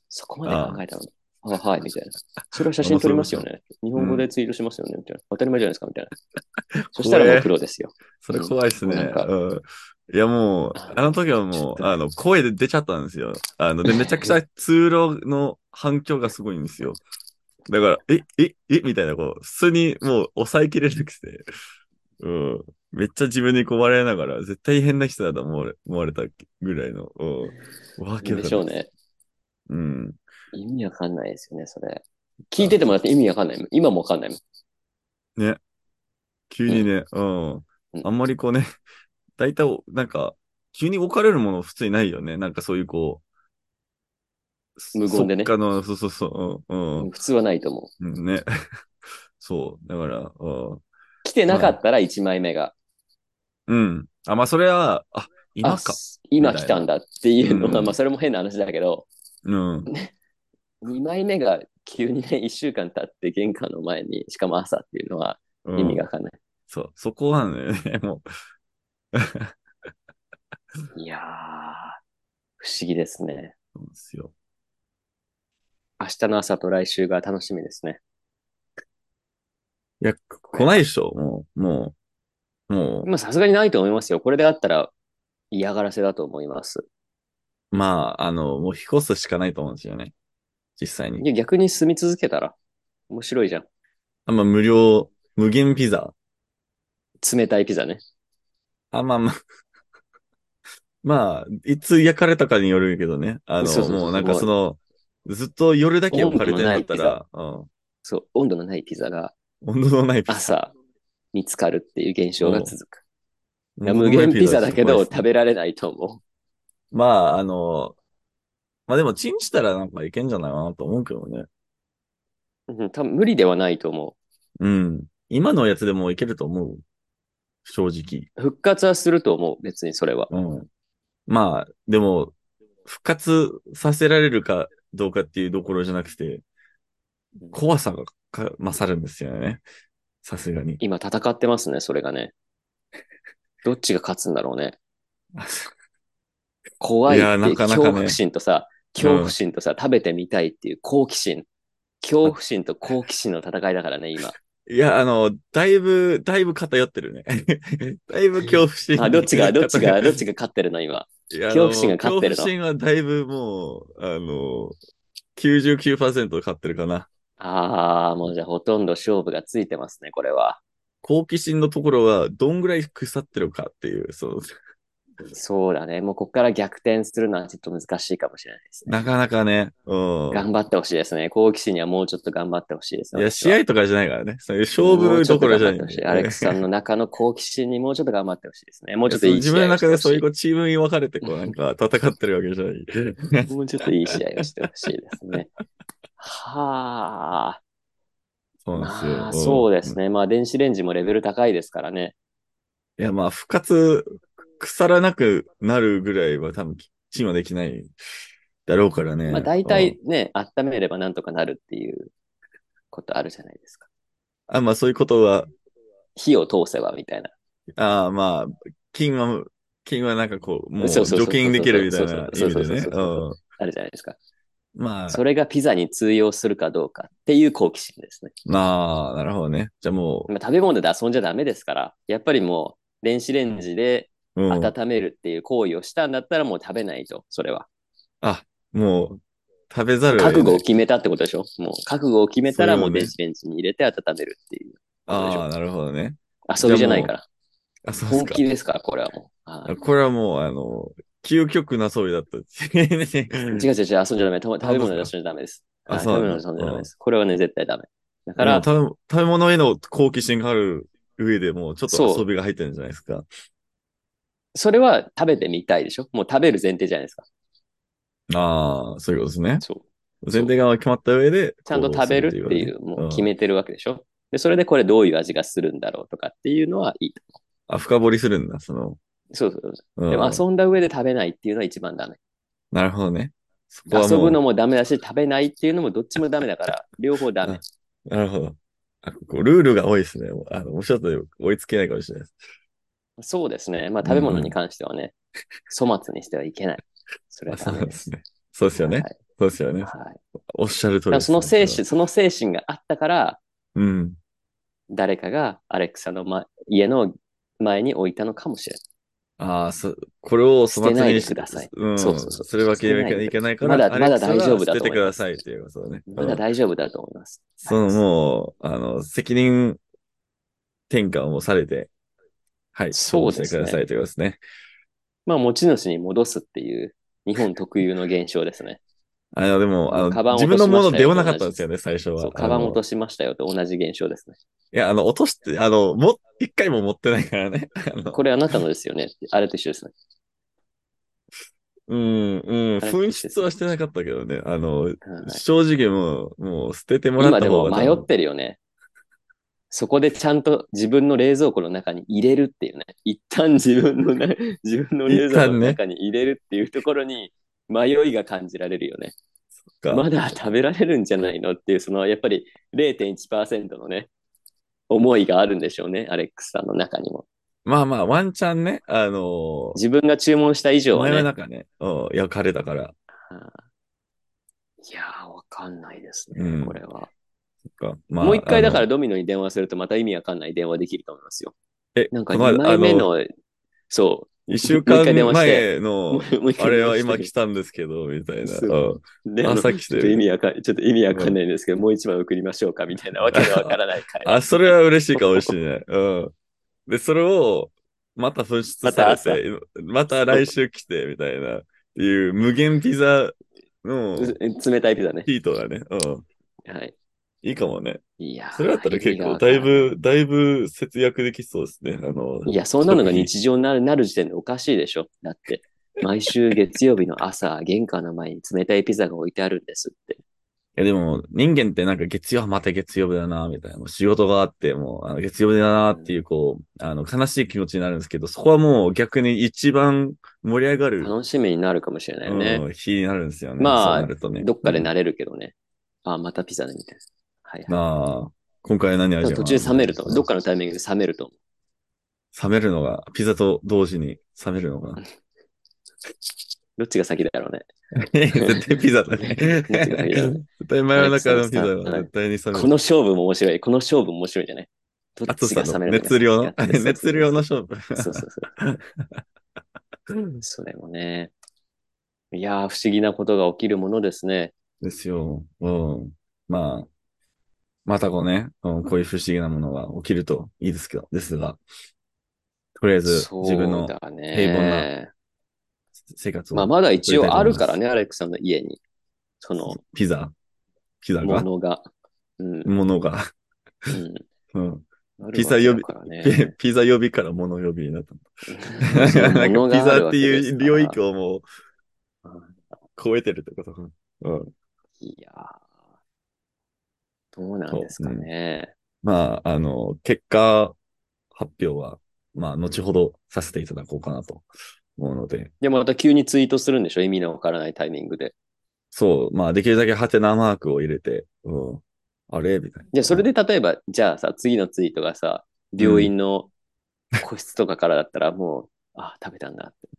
Speaker 2: そこまで考えたの。はいはい、みたいな。それは写真撮りますよ ね。日本語でツイートしますよね、みたいな。当たり前じゃないですか、みたい な。そしたらもうプロですよ。
Speaker 1: それ怖いっすね。
Speaker 2: うんなんか
Speaker 1: うんいや、もう、あの時は
Speaker 2: ちょ
Speaker 1: も
Speaker 2: っ
Speaker 1: う、
Speaker 2: と
Speaker 1: あの、声で出ちゃったんですよ。あの、で、めちゃくちゃ通路の反響がすごいんですよ。だから、え、え、え、みたいな、こう、普通にもう抑えきれなくて、うん。めっちゃ自分にこう笑いながら、絶対変な人だと思われ思われたぐらいの、うん。わけわ
Speaker 2: で
Speaker 1: か
Speaker 2: し
Speaker 1: ん
Speaker 2: ょ
Speaker 1: な
Speaker 2: う
Speaker 1: い。
Speaker 2: ね。
Speaker 1: うん。
Speaker 2: 意味わかんないですよね、それ。聞いててもらって意味わかんないもん。今もわかんないもん。
Speaker 1: 急にね、うん。あんまりこうね、大体、なんか、急に置かれるもの普通にないよね。なんかそういうこう、
Speaker 2: 無言でね
Speaker 1: そっかの、そうそうそう、うん、うん
Speaker 2: 普通はないと思う。
Speaker 1: うん、ね。 そう、だから、うん
Speaker 2: 来てなかったら1枚目が。
Speaker 1: うん。あ、まあそれは、あ、今
Speaker 2: あ
Speaker 1: か。
Speaker 2: 今来たんだっていうの
Speaker 1: う
Speaker 2: は、
Speaker 1: ん
Speaker 2: まあそれも変な話だけど、
Speaker 1: うん。
Speaker 2: 2枚目が急にね、一週間経って玄関の前に、しかも朝っていうのは
Speaker 1: うん
Speaker 2: 意味がわかんない。
Speaker 1: そう、そこはね、 も
Speaker 2: いやー、不思議ですね。
Speaker 1: う、そうですよ。
Speaker 2: 明日の朝と来週が楽しみですね。
Speaker 1: いや、来ないでしょ、もう、もう、も
Speaker 2: まあ、さすがにないと思いますよ。これであったら嫌がらせだと思います。
Speaker 1: う、まあ、あの、もう引っ越すしかないと思うんですよね。実際
Speaker 2: い
Speaker 1: に。
Speaker 2: や、逆に住み続けたら面白いじゃん。
Speaker 1: あんま無料、無限ピザ。
Speaker 2: 冷たいピザね。
Speaker 1: あ、まあ まあ。まあ、いつ焼かれたかによるけどね。あの、
Speaker 2: そうそうそう
Speaker 1: もうなんかその、ずっと夜だけ焼かれてなかったら、うん
Speaker 2: そう、温度のないピザが
Speaker 1: 温度のないピザ。
Speaker 2: 朝見つかるっていう現象が続く。いや
Speaker 1: 温度の
Speaker 2: 無
Speaker 1: ない
Speaker 2: 限ピザだけ
Speaker 1: ちょっ
Speaker 2: ど
Speaker 1: と怖いですね
Speaker 2: 食べられないと思
Speaker 1: まあ、あの、まあでもチンしたらなんかいけんじゃないかなと思うけどね。
Speaker 2: う。うん、多分無理ではないと思
Speaker 1: うん。今のやつでもいけると思う。正直。
Speaker 2: う。復活はすると思う、別にそれは。
Speaker 1: うん。まあ、でも、復活させられるかどうかっていうところじゃなくて、怖さがか勝るんですよね。さすがに。
Speaker 2: 今戦ってますね、それがね。どっちが勝つんだろうね。怖いって
Speaker 1: いやなかなかね
Speaker 2: 恐怖心とさ、恐怖心とさ、食べてみたいっていう好奇心。恐怖心と好奇心の戦いだからね、今。
Speaker 1: いや、あの、だいぶ、だいぶ偏ってるね。 だ いぶ恐怖心に
Speaker 2: あ、どっちが、どっちが、どっち
Speaker 1: が。
Speaker 2: が勝ってるの、今。
Speaker 1: いやあの
Speaker 2: 恐怖心が勝ってるの
Speaker 1: 恐怖心はだいぶもう、あの、99%勝ってるかな。
Speaker 2: ああ、もうじゃあほとんど勝負がついてますね、これは。
Speaker 1: 好奇心のところは、どんぐらい腐ってるかっていう、そう、
Speaker 2: そうだね。もうここから逆転するのはちょっと難しいかもしれないですね。
Speaker 1: なかなかね、うん。
Speaker 2: 頑張ってほしいですね。好奇心にはもうちょっと頑張ってほしいです
Speaker 1: い
Speaker 2: ね。
Speaker 1: や、
Speaker 2: 私は
Speaker 1: 試合とかじゃないからね。そういう勝負どころじゃ
Speaker 2: もうちょっと頑張って
Speaker 1: な
Speaker 2: ほ
Speaker 1: い
Speaker 2: し。アレックスさんの中の好奇心にもうちょっと頑張ってほしいですね。もうちょっといい試
Speaker 1: 自
Speaker 2: 合
Speaker 1: 分の
Speaker 2: をし
Speaker 1: 中
Speaker 2: てほ
Speaker 1: で
Speaker 2: し
Speaker 1: そうい
Speaker 2: いう
Speaker 1: こうチームに分かれて、こう、なんか戦ってるわけじゃない。
Speaker 2: もうちょっといい試合をしてほしいですね。はあ。
Speaker 1: そうなんですよ。
Speaker 2: まあ
Speaker 1: ん
Speaker 2: そうですね。まあ電子レンジもレベル高いですからね。
Speaker 1: いや、まあ、復活、腐らなくなるぐらいは多分、チームはできないだろうからね。
Speaker 2: まあ大体ね、温めればなんとかなるっていうことあるじゃないですか。
Speaker 1: うん。あまあ、そういうことは、
Speaker 2: 火を通せばみたいな。
Speaker 1: ああまあ、金は、金はなんかこう、もう
Speaker 2: そうそうそう
Speaker 1: 除菌できるみたい
Speaker 2: そう
Speaker 1: な意
Speaker 2: そう
Speaker 1: 味
Speaker 2: そう
Speaker 1: でね
Speaker 2: そう。そう
Speaker 1: う
Speaker 2: そあるじゃないですか。
Speaker 1: ん。まあ、
Speaker 2: それがピザに通用するかどうかっていう好奇心ですね。
Speaker 1: まあ、なるほどね。じゃあも
Speaker 2: まあ食べ物で遊んじゃダメですから、やっぱりもう電子レンジで
Speaker 1: う、うん、
Speaker 2: 温めるっていう行為をしたんだったらもう食べないと、それは。
Speaker 1: もう、食べざるを得な
Speaker 2: 覚
Speaker 1: い
Speaker 2: 悟を決めたってことでしょもう覚悟を決めたらもう
Speaker 1: そういうことね
Speaker 2: 電子レンジに入れて温めるっていう。
Speaker 1: ああ、なるほどね。
Speaker 2: 遊びじゃないから。
Speaker 1: あ、そうです
Speaker 2: 本
Speaker 1: か。
Speaker 2: 気ですから、これはもう。はい
Speaker 1: これはもう、あの、究極な装備だった。
Speaker 2: 違う違う違う、遊んじゃダメ。と食べ物で遊んじゃダメです。
Speaker 1: あ
Speaker 2: はい
Speaker 1: そうな
Speaker 2: 食べ
Speaker 1: んだ
Speaker 2: 物で遊んじゃダメです。これはね、絶対ダメ。だから、
Speaker 1: もう食べ、食べ物への好奇心がある上でもうちょっ
Speaker 2: そ
Speaker 1: と
Speaker 2: う
Speaker 1: 遊びが入ってるんじゃないですか。
Speaker 2: それは食べてみたいでしょもう食べる前提じゃないですか。
Speaker 1: ああ、そういうことですね。
Speaker 2: そう。
Speaker 1: 前提が決まった上で、
Speaker 2: ちゃんと食べるっていう、
Speaker 1: 行動する
Speaker 2: もう
Speaker 1: ね
Speaker 2: 決めてるわけでしょで、それでこれどういう味がするんだろうとかっていうのはいいと。
Speaker 1: あ、深掘りするんだ、その。
Speaker 2: そうそうそうう。
Speaker 1: ん
Speaker 2: でも遊んだ上で食べないっていうのは一番ダメ。
Speaker 1: なるほどね。そこは
Speaker 2: 遊
Speaker 1: もう
Speaker 2: ぶのもダメだし、食べないっていうのもどっちもダメだから、両方ダメ。
Speaker 1: なるほど。あここルールが多いですね。あの、もうちょっと追いつけないかもしれないです。
Speaker 2: そうですね。まあ食べ物に関してはね、粗末にしてはいけない。それ
Speaker 1: あ
Speaker 2: は
Speaker 1: そ
Speaker 2: ダ
Speaker 1: う
Speaker 2: メ
Speaker 1: で
Speaker 2: です。
Speaker 1: すね。そうですよね。
Speaker 2: はい
Speaker 1: そうですよね。
Speaker 2: はい
Speaker 1: おっしゃる通り
Speaker 2: だか
Speaker 1: で
Speaker 2: ら
Speaker 1: す。
Speaker 2: その精神、その精神があったから、
Speaker 1: うん。
Speaker 2: 誰かがアレクサの、ま、家の前に置いたのかもしれない。
Speaker 1: ああ、そ、これを粗末に
Speaker 2: 捨てないでください
Speaker 1: うん。
Speaker 2: そうそうそう
Speaker 1: するわけにはい
Speaker 2: 捨てない
Speaker 1: か
Speaker 2: で
Speaker 1: い
Speaker 2: ください
Speaker 1: けないから、
Speaker 2: まだまだ大丈夫だと思います
Speaker 1: 出てくださいっていうことだね。
Speaker 2: まだ大丈夫だと思います。
Speaker 1: その
Speaker 2: はい
Speaker 1: もう、あの、責任転換をされて、はい、
Speaker 2: そうです
Speaker 1: 処分
Speaker 2: ね
Speaker 1: してくださいということですね。
Speaker 2: まあ持ち主に戻すっていう日本特有の現象ですね。
Speaker 1: あの、でも、あの、
Speaker 2: カバン
Speaker 1: 自分
Speaker 2: 落と
Speaker 1: の
Speaker 2: しましたよ
Speaker 1: ものではなかったんですよね、最初は。
Speaker 2: そう、カバン落と
Speaker 1: し。
Speaker 2: しましたよと同じ現象ですね。
Speaker 1: いや、あの、落として、あの、も、一回も持ってないからね。あの
Speaker 2: これあなたのですよね。あれと一緒ですね。
Speaker 1: うん、うん、
Speaker 2: あれ
Speaker 1: 紛失はしてなかったけどね。あの、
Speaker 2: はい
Speaker 1: 正直もう、もう捨ててもらっ
Speaker 2: 今
Speaker 1: た
Speaker 2: で
Speaker 1: 方
Speaker 2: も
Speaker 1: が
Speaker 2: 迷ってるよね。そこでちゃんと自分の冷蔵庫の中に入れるっていうね。一旦自分 のね、自分の冷蔵庫の中に入れるっていうところに迷いが感じられるよね。
Speaker 1: か
Speaker 2: まだ食べられるんじゃないのっていう、そのやっぱり0.1%のね、思いがあるんでしょうね、アレックスさんの中にも。
Speaker 1: まあまあ、ワンチャンね、あの
Speaker 2: 自分が注文した以
Speaker 1: ー、
Speaker 2: 上は
Speaker 1: 前の
Speaker 2: ね。
Speaker 1: 中ね、うん、焼かれたから、
Speaker 2: うんいやー、わかんないです
Speaker 1: う
Speaker 2: ね、
Speaker 1: ん
Speaker 2: これは。
Speaker 1: そっかまあ
Speaker 2: もう一回だか
Speaker 1: あ
Speaker 2: ら
Speaker 1: の
Speaker 2: ドミノに電話するとまた意味わかんない電話できると思いますよ。
Speaker 1: え、
Speaker 2: なんか
Speaker 1: この間
Speaker 2: 2枚目
Speaker 1: あの、
Speaker 2: の、そ
Speaker 1: 一週
Speaker 2: もう
Speaker 1: 間
Speaker 2: 一回電話して
Speaker 1: 前
Speaker 2: う、も
Speaker 1: の、
Speaker 2: うもう一
Speaker 1: あ
Speaker 2: 回
Speaker 1: れ
Speaker 2: 電
Speaker 1: は
Speaker 2: 話して
Speaker 1: 今来たんですけど、みたいな。
Speaker 2: そう
Speaker 1: うん
Speaker 2: で
Speaker 1: あ
Speaker 2: あの
Speaker 1: さっき来て。
Speaker 2: ちょっと意味わかんちょっと意味わかんないんですけど、もう一枚送りましょうかみたいなわけがわからない回
Speaker 1: あ、それは嬉しいかもしれない。うん。で、それを、また紛失されて、また来週来て、みたいな、っていう無限ピザの
Speaker 2: う冷たいピザね。
Speaker 1: ヒートだね。うん。
Speaker 2: はい。
Speaker 1: いいかもね。
Speaker 2: いやー、
Speaker 1: それだったら結
Speaker 2: 意味が
Speaker 1: 構、
Speaker 2: わから
Speaker 1: だ
Speaker 2: ない
Speaker 1: ぶ、だいぶ節約できそうですね。あの、
Speaker 2: いや、そんなのが日常になるなる時点でおかしいでしょ。だって、毎週月曜日の朝、玄関の前に冷たいピザが置いてあるんですって。
Speaker 1: いやでも、人間ってなんか月曜はまた月曜日だな、みたいな。もう仕事があって、もうあの月曜日だなっていう、こう、あの、悲しい気持ちになるんですけど、そこはもう逆に一番盛り上がる、
Speaker 2: 楽しみになるかもしれないよね。
Speaker 1: うん日になるんですよね。
Speaker 2: まあ
Speaker 1: そうなるとね。
Speaker 2: どっかで慣れるけどね。あ、またピザね、みたいな。はいはい。
Speaker 1: なあ、今回何味が
Speaker 2: 途中で冷めると。どっかのタイミングで冷めると思
Speaker 1: 冷めるのが、ピザと同時に冷めるのが。
Speaker 2: う。どっちが先だ ろうね。
Speaker 1: 絶対ピザだね。
Speaker 2: どっちが先だろうね
Speaker 1: 絶対真夜中のピザは絶対に冷め
Speaker 2: こ
Speaker 1: る。
Speaker 2: の勝負も面白い。この勝負も面白いんじゃないど
Speaker 1: あ
Speaker 2: っ
Speaker 1: と
Speaker 2: ち
Speaker 1: さ
Speaker 2: が冷め、るか
Speaker 1: 熱量の、
Speaker 2: そ
Speaker 1: 熱量の勝
Speaker 2: うそうそう
Speaker 1: 負。
Speaker 2: そうそうそう。それもね。いやー、不思議なことが起きるものですね。
Speaker 1: ですよ。うん。まあ、またこうね、うん、こういう不思議なものが起きるといいですけど、ですが、とりあえず
Speaker 2: そう
Speaker 1: 自分の
Speaker 2: だね
Speaker 1: 平凡生活を、
Speaker 2: まあ、まだ一応あるからね、アレックさんの家に。その、
Speaker 1: ピザ、ピザ
Speaker 2: も
Speaker 1: が、
Speaker 2: のが。うん。
Speaker 1: ものが、うん、 ピザ
Speaker 2: 呼
Speaker 1: 呼
Speaker 2: び
Speaker 1: び
Speaker 2: から
Speaker 1: ピ
Speaker 2: ね。
Speaker 1: ピザ呼びからもの呼びになった。
Speaker 2: そう
Speaker 1: なんか
Speaker 2: 物
Speaker 1: ピ
Speaker 2: が
Speaker 1: ザ
Speaker 2: ある
Speaker 1: っ
Speaker 2: わ
Speaker 1: て
Speaker 2: けです
Speaker 1: いう
Speaker 2: から
Speaker 1: 領域をもう超えてるってことかな。うん、
Speaker 2: いやーどうなんですかね。
Speaker 1: まあ、あの、結果発表は、まあ、後ほどさせていただこうかなと思うので、
Speaker 2: でもまた急にツイートするんでしょ意味のわからないタイミングで。
Speaker 1: そう、まあ、できるだけハテナマークを入れて、うん、あれみたいな。
Speaker 2: じゃあそれで例えば、じゃあさ、次のツイートがさ、病院の個室とかからだったらもう、あ、食べたんだって。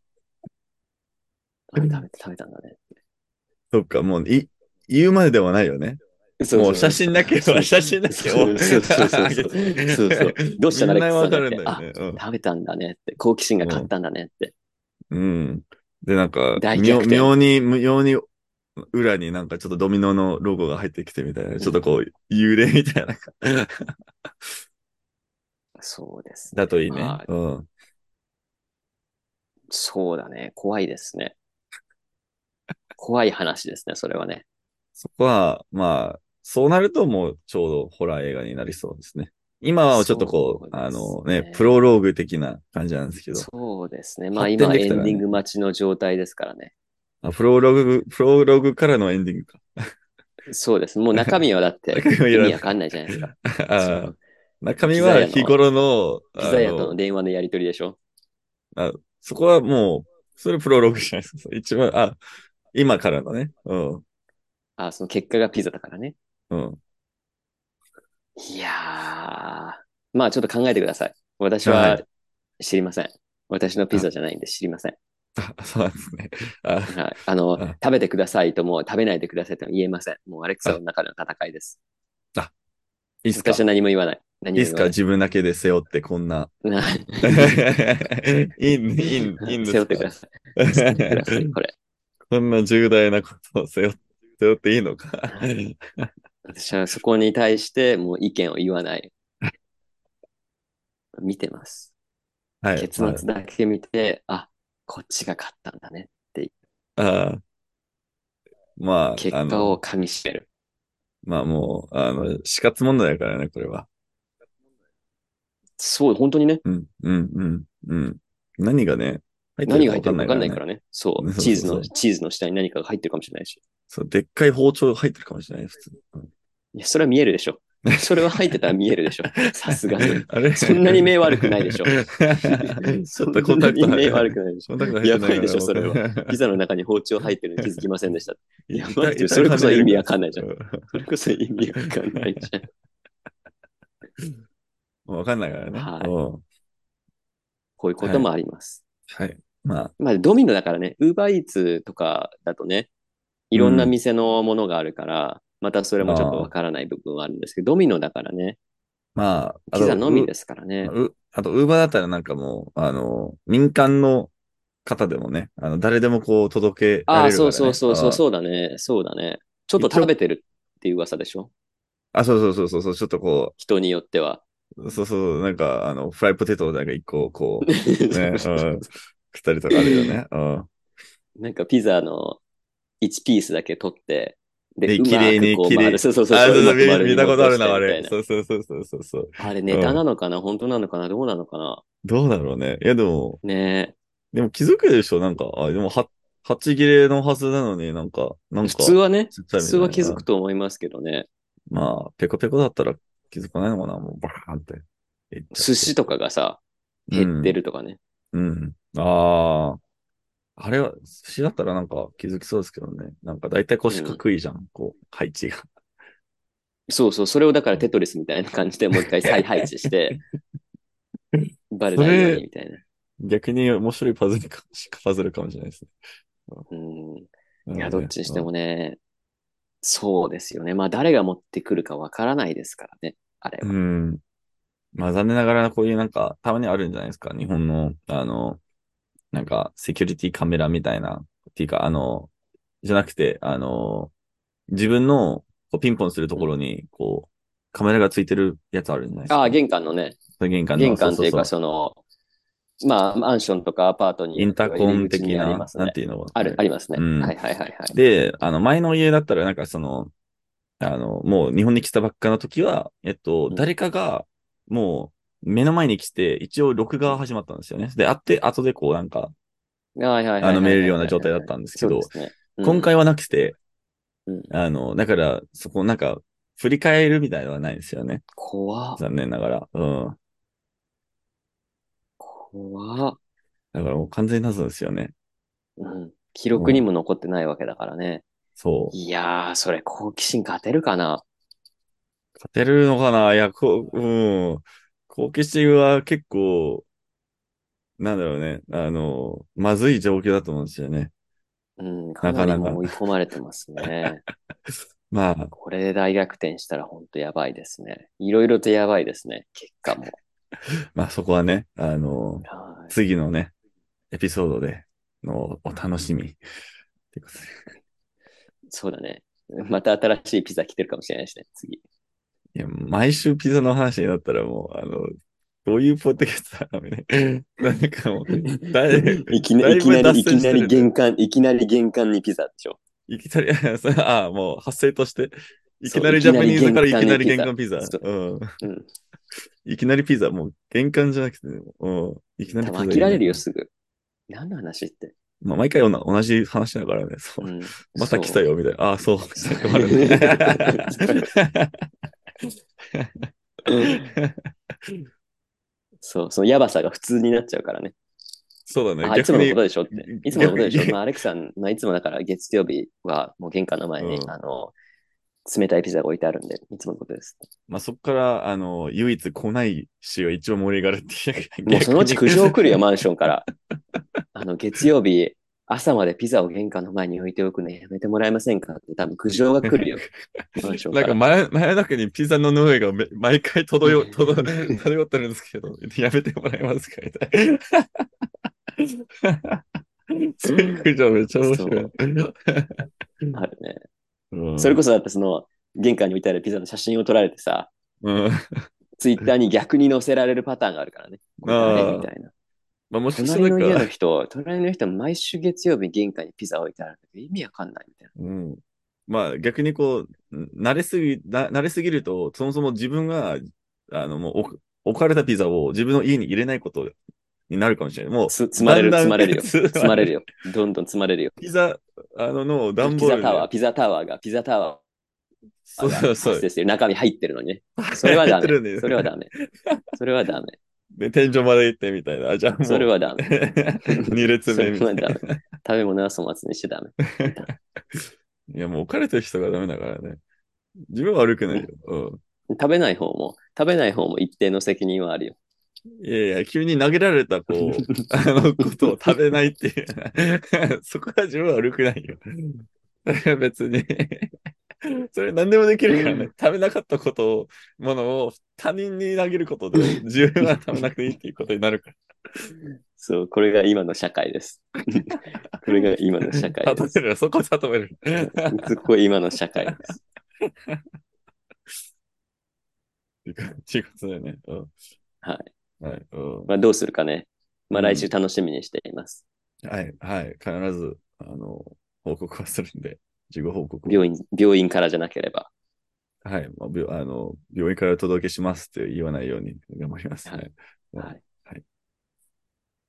Speaker 2: あ、食べた、食べたんだね。
Speaker 1: そっか、もう、い、言うまでではないよね。
Speaker 2: そそ
Speaker 1: もう写真だけ
Speaker 2: そう
Speaker 1: 写真だけ
Speaker 2: そうそうそうそうそうそうそう。どうしたら
Speaker 1: みんなわか
Speaker 2: だ
Speaker 1: る
Speaker 2: っ
Speaker 1: ん
Speaker 2: け
Speaker 1: だよ
Speaker 2: あ、
Speaker 1: ね。うん
Speaker 2: 食べたんだねって。好奇心が勝ったんだねって。
Speaker 1: うん。で、なんか、
Speaker 2: 大
Speaker 1: 妙
Speaker 2: 逆転
Speaker 1: 妙に、妙に、裏になんかちょっとドミノのロゴが入ってきてみたいな、ちょっとこう、幽霊みたいな。
Speaker 2: そうですね。
Speaker 1: だといいね
Speaker 2: ま。あ
Speaker 1: うん。
Speaker 2: そうだね。怖いですね。怖い話ですね、それはね。
Speaker 1: そこは、まあ、そうなるともうちょうどホラー映画になりそうですね。今はちょっとこう、
Speaker 2: そうですね
Speaker 1: あのね、プロローグ的な感じなんですけど、
Speaker 2: そうですね。まあ
Speaker 1: 発
Speaker 2: 今
Speaker 1: 展
Speaker 2: は
Speaker 1: で
Speaker 2: エ
Speaker 1: きたらね
Speaker 2: ンディング待ちの状態ですからね。
Speaker 1: あプロローグ、プロローグからのエンディングか。
Speaker 2: そうです。もう中身はだっ て
Speaker 1: 中身はい
Speaker 2: 意
Speaker 1: らない
Speaker 2: 味わかんないじゃないですか。
Speaker 1: あ
Speaker 2: そ
Speaker 1: ー中身は日頃の、
Speaker 2: のピザ屋と
Speaker 1: あの
Speaker 2: の電話のやり取りでしょ。
Speaker 1: そこはもう、それプロローグじゃないですか。一番、あ、今からのね。うん。
Speaker 2: あ、その結果がピザだからね。
Speaker 1: うん。
Speaker 2: いやー。まあちょっと考えてください。私
Speaker 1: は
Speaker 2: はい知りません。私のピザじゃないんで知りません。
Speaker 1: あ、そうなんですね。あ、
Speaker 2: はい。あの
Speaker 1: あ、
Speaker 2: 食べてくださいとも食べないでくださいとも言えません。もうアレクサの中での戦いです。
Speaker 1: いいっすか
Speaker 2: 私は何も言わない。何
Speaker 1: いい
Speaker 2: も
Speaker 1: っす
Speaker 2: 言わ
Speaker 1: か
Speaker 2: ない。
Speaker 1: 自分だけで背負ってこん な。
Speaker 2: ない
Speaker 1: いいん、いいん、いいんで
Speaker 2: 背
Speaker 1: す
Speaker 2: 負ってくだ
Speaker 1: か
Speaker 2: さい。背負ってください。これ。
Speaker 1: こんな重大なことを背負って、 背負っていいのか。
Speaker 2: 私はそこに対してもう意見を言わない。見てます。
Speaker 1: はい。
Speaker 2: 結末だけ見て、あ、こっちが勝ったんだね。
Speaker 1: まああーまあ、
Speaker 2: 結
Speaker 1: あ
Speaker 2: 果
Speaker 1: の
Speaker 2: を噛み締める。
Speaker 1: まあもう、あの、死活問題だからね、これは。
Speaker 2: そう、本当にね。
Speaker 1: うん、うん、うん、うん。何がね、入って
Speaker 2: 何
Speaker 1: るか
Speaker 2: が入
Speaker 1: 分
Speaker 2: って
Speaker 1: か
Speaker 2: る
Speaker 1: ん
Speaker 2: か
Speaker 1: ない
Speaker 2: 分
Speaker 1: か
Speaker 2: からん
Speaker 1: ね
Speaker 2: ないからね。そ
Speaker 1: そう
Speaker 2: う。
Speaker 1: そう
Speaker 2: チーズ
Speaker 1: そ
Speaker 2: の、
Speaker 1: う
Speaker 2: チーズの下に何かが入ってるかもしれないし。
Speaker 1: そう、でっかい包丁入ってるかもしれない、普通。うん
Speaker 2: いや、それは見えるでしょ。それは入ってたら見えるで しょ。さすがに。
Speaker 1: あれ
Speaker 2: そんなに目悪くない でしょ
Speaker 1: ちょっとコンタクト
Speaker 2: そんなに目悪くないでし
Speaker 1: コ
Speaker 2: ょ。
Speaker 1: ンタクト入ってな
Speaker 2: やばいでしょそれはピザの中に包丁入ってるの気づきませんでした。やばいでしょそれこそ意味わか んないじゃん。それこそ意味わかんないじゃん。
Speaker 1: ん。わかんない からね。
Speaker 2: はい
Speaker 1: うん
Speaker 2: こういうこともあります。
Speaker 1: はい。まあ、
Speaker 2: まあ、ドミノだからね、ウーバーイーツとかだとね、いろんな店のものがあるから、またそれもちょっとわからない部分はあるんですけど、ドミノだからね、
Speaker 1: まあ、あ
Speaker 2: ピ
Speaker 1: と
Speaker 2: ザのみ
Speaker 1: う
Speaker 2: ですからね。
Speaker 1: うあと、ウーバーだったらなんかもう、あの、民間の方でもね、あの、誰でもこう届けら
Speaker 2: あ
Speaker 1: れる
Speaker 2: あ、
Speaker 1: から、
Speaker 2: そ
Speaker 1: ね。
Speaker 2: うそうそうそう、
Speaker 1: う。
Speaker 2: そうだね、そうだね。ちょっと食べてるっていう噂でしょ
Speaker 1: あ、そうそうそうそうそう、ちょっとこ
Speaker 2: 人によっては。
Speaker 1: う、そうそう、なんか、あの、フライポテトをなんか一個こう、ね、うん、食ったりとかあるよね。うん。
Speaker 2: なんかピザの1ピースだけ取って、
Speaker 1: で
Speaker 2: で、うま
Speaker 1: 綺麗に
Speaker 2: くこう
Speaker 1: 綺麗
Speaker 2: 回る。そうそうそう。
Speaker 1: あ、そうそう、
Speaker 2: うまく丸
Speaker 1: 見
Speaker 2: に
Speaker 1: 見たことあるな、あ
Speaker 2: 戻して
Speaker 1: れ
Speaker 2: み。たい
Speaker 1: そうそうそうそうそうそう。
Speaker 2: なあれネタなのかな本当なのかなどうなのかな
Speaker 1: どうだろうね。いや、でも、
Speaker 2: ね
Speaker 1: でも気づくでしょ、なんか。あ、でも、は、八切れのはずなのになんか、なん
Speaker 2: え。
Speaker 1: か。
Speaker 2: 普通はね、
Speaker 1: 普
Speaker 2: 普通は気づく。と思いますけどね。
Speaker 1: まあ、ペコペコだったら気づかないのかな、もうバーンって。
Speaker 2: 寿司とかがさ、減ってるとかね。
Speaker 1: うん。ああ。あれは、寿司だったらなんか気づきそうですけどね。なんか大体こう四角いじゃん、こう、配置が。
Speaker 2: そうそう。それをだからテトリスみたいな感じでもう一回再配 置して、バレないようにみたいな。
Speaker 1: 逆に面白いパズルかもしパズルかもしれないです
Speaker 2: うん。
Speaker 1: ね。
Speaker 2: いや、どっちにして
Speaker 1: うん。
Speaker 2: もね、そうですよね。まあ、誰が持ってくるかわからないですからね。あれは
Speaker 1: うん。まあ残念ながらこういうなんか、たまにあるんじゃないですか。日本の、あの、なんか、セキュリティカメラみたいな。っていうか、あの、じゃなくて、あの、自分のこうピンポンするところに、こう、カメラがついてるやつあるんじゃないですか。
Speaker 2: ああ、玄関のね、
Speaker 1: 玄関の
Speaker 2: 玄関というか、
Speaker 1: そ
Speaker 2: その、まあ、マンションとかアパート
Speaker 1: う
Speaker 2: に、
Speaker 1: インターコン
Speaker 2: 入
Speaker 1: 的
Speaker 2: り口にあり
Speaker 1: な、
Speaker 2: ます
Speaker 1: なん
Speaker 2: ね。
Speaker 1: ていうのは
Speaker 2: ある、ありますね。
Speaker 1: うん
Speaker 2: はいはいはいはい。
Speaker 1: で、あの、前の家だったら、なんかその、あの、もう日本に来たばっかの時は、えっと、
Speaker 2: うん
Speaker 1: 誰かが、もう、目の前に来て、一応録画始まったんですよね。で、あって、後でこう、なんか、
Speaker 2: はいはいはいはいはい
Speaker 1: あの、見れるような状態だったんですけど、
Speaker 2: そうですねうん
Speaker 1: 今回はなくて
Speaker 2: うん、
Speaker 1: あの、だから、そこ、なんか、振り返るみたいなのはないんですよね。
Speaker 2: 怖っ
Speaker 1: 残念ながら。うん。
Speaker 2: 怖っ
Speaker 1: だからもう完全に謎ですよね。
Speaker 2: うん。記録にも残ってないわけだからね。
Speaker 1: そう。
Speaker 2: いやー、それ好奇心勝てるかな
Speaker 1: 勝てるのかないや、こう、うん。好奇心は結構、なんだろうね。あの、まずい状況だと思うんですよね。
Speaker 2: うん、
Speaker 1: か
Speaker 2: か
Speaker 1: なか
Speaker 2: なりもう追い込まれてますね。
Speaker 1: まあ、
Speaker 2: これで大逆転したら本当やばいですね。いろいろとやばいですね。結果も。
Speaker 1: まあそこはね、あの、
Speaker 2: はい
Speaker 1: 次のね、エピソードでのお楽しみ。ってことで
Speaker 2: そうだね。また新しいピザ来てるかもしれないしね、次。
Speaker 1: いや、毎週ピザの話になったらもう、あの、どういうポッドキャストなのね。 なんかもう、だい
Speaker 2: いきな
Speaker 1: だ
Speaker 2: り、
Speaker 1: い
Speaker 2: いき
Speaker 1: ぶ
Speaker 2: な
Speaker 1: 脱
Speaker 2: り、い
Speaker 1: 線
Speaker 2: き
Speaker 1: して
Speaker 2: な
Speaker 1: るね
Speaker 2: り玄関、いきなり玄関にピザでしょ。
Speaker 1: いきなり、ああ、もう発声として、いきな
Speaker 2: そう
Speaker 1: り
Speaker 2: い
Speaker 1: ジ
Speaker 2: き
Speaker 1: ャ
Speaker 2: な
Speaker 1: パ
Speaker 2: り
Speaker 1: ニーズからいきなり玄
Speaker 2: 玄
Speaker 1: 関
Speaker 2: 関
Speaker 1: ピザ。うん。
Speaker 2: うん。
Speaker 1: いきなりピザ、もう玄関じゃなくて、うん、いきなり
Speaker 2: 多
Speaker 1: ピザ。
Speaker 2: 分飽きられるよ、すぐ。何の話って。。
Speaker 1: まあ、毎回同同じ話だからね。そううんまた来た
Speaker 2: そう。
Speaker 1: よ、みたいな。ああ、そう。
Speaker 2: そう
Speaker 1: 終わるね
Speaker 2: そう、そのやばさが普通になっちゃうからね。
Speaker 1: そうだね。
Speaker 2: あ、いつ
Speaker 1: 逆
Speaker 2: もの
Speaker 1: に
Speaker 2: こと、でしょって。いつものことでし
Speaker 1: 逆
Speaker 2: ょ。
Speaker 1: に
Speaker 2: まあ、アレクさん、まあ、いつもだから月曜日はもう玄関の前に、
Speaker 1: うん
Speaker 2: あの、冷たいピザが置いてあるんで、いつものことです。
Speaker 1: まあ、そこから、あの、唯一来ない週を一応盛り上がるっていう。
Speaker 2: もうそのうち
Speaker 1: 逆
Speaker 2: 苦
Speaker 1: に
Speaker 2: 情来るよ、マンションから。 あの、月曜日、朝までピザを玄関の前に置いておくのやめてもらえませんかって、多分苦情が来 るよ、マンションか
Speaker 1: なん
Speaker 2: ら。
Speaker 1: か前、真夜中にピザの匂いがめ毎回漂よ、漂、漂ってるんですけど、やめてもらえますかみた いな。そういう苦情めっちゃ面白い。
Speaker 2: あるね。
Speaker 1: うん
Speaker 2: それこそだってその、玄関に置いてあるピザの写真を撮られてさ、
Speaker 1: うん
Speaker 2: ツイッターに逆に載せられるパターンがあるからね。これ
Speaker 1: あー
Speaker 2: みたいな。
Speaker 1: まあ、もしかしたら
Speaker 2: 隣
Speaker 1: なん
Speaker 2: の家
Speaker 1: か
Speaker 2: の、人、隣の人、毎週月曜日玄関にピザ置いてあるけど、意味わかんないみたい
Speaker 1: うん、まあ逆にこう、慣れすぎ、な慣れすぎると、そもそも自分が、あの、もう置置かれたピザを自分の家に入れないことになるかもしれない。もう
Speaker 2: な。、つ、積まれる、
Speaker 1: だ
Speaker 2: 積
Speaker 1: んだ
Speaker 2: ま
Speaker 1: ん
Speaker 2: れ るよ。
Speaker 1: 積
Speaker 2: 積まれるよ。どんどん積まれるよ。
Speaker 1: ピザ、あの、の段
Speaker 2: ピ
Speaker 1: ボー
Speaker 2: ザ
Speaker 1: ル
Speaker 2: タワー、
Speaker 1: で。
Speaker 2: ピザタワーが、ピザタワ
Speaker 1: そうそうそう。
Speaker 2: 発生してる中身入ってるのにね。それはダ
Speaker 1: 入ってるん
Speaker 2: メ。
Speaker 1: で
Speaker 2: それはダメ。それはダメ。
Speaker 1: で、天井まで行ってみたいな。あじゃあもう。
Speaker 2: それはダメ。
Speaker 1: 二列
Speaker 2: そ
Speaker 1: 目
Speaker 2: れ
Speaker 1: みた
Speaker 2: はいダ
Speaker 1: な。
Speaker 2: メ。食べ物は粗末にしちゃダメ。
Speaker 1: いや、もう置かれてる人がダメだからね。自分は悪くないよ。うん。
Speaker 2: 食べない方も、食べない方も一定の責任はあるよ。
Speaker 1: いやいや、急に投げられた こうあのことを食べないっていう。 そこは自分は悪くないよ。 それは別に。 それ何でもできるからね。食べなかったことを、ものを他人に投げることで、自分は食べなくていいっていうことになるから。
Speaker 2: そう、これが今の社会 です。これが今の社会で
Speaker 1: 例える、そこは例える。
Speaker 2: す。これ今の社会です。
Speaker 1: っていうことだよね。うん
Speaker 2: はい。
Speaker 1: はい。うん
Speaker 2: まあ、どうするかね。ま
Speaker 1: う
Speaker 2: あ、
Speaker 1: ん
Speaker 2: 来週楽しみにしています。
Speaker 1: はい。はい。必ず、あの、報告はするんで、事後報告を
Speaker 2: 病院、病院からじゃなければ。
Speaker 1: はい、まあ、病あの病院からお届けしますって言わないように頑張ります、
Speaker 2: はい
Speaker 1: ね。
Speaker 2: はい。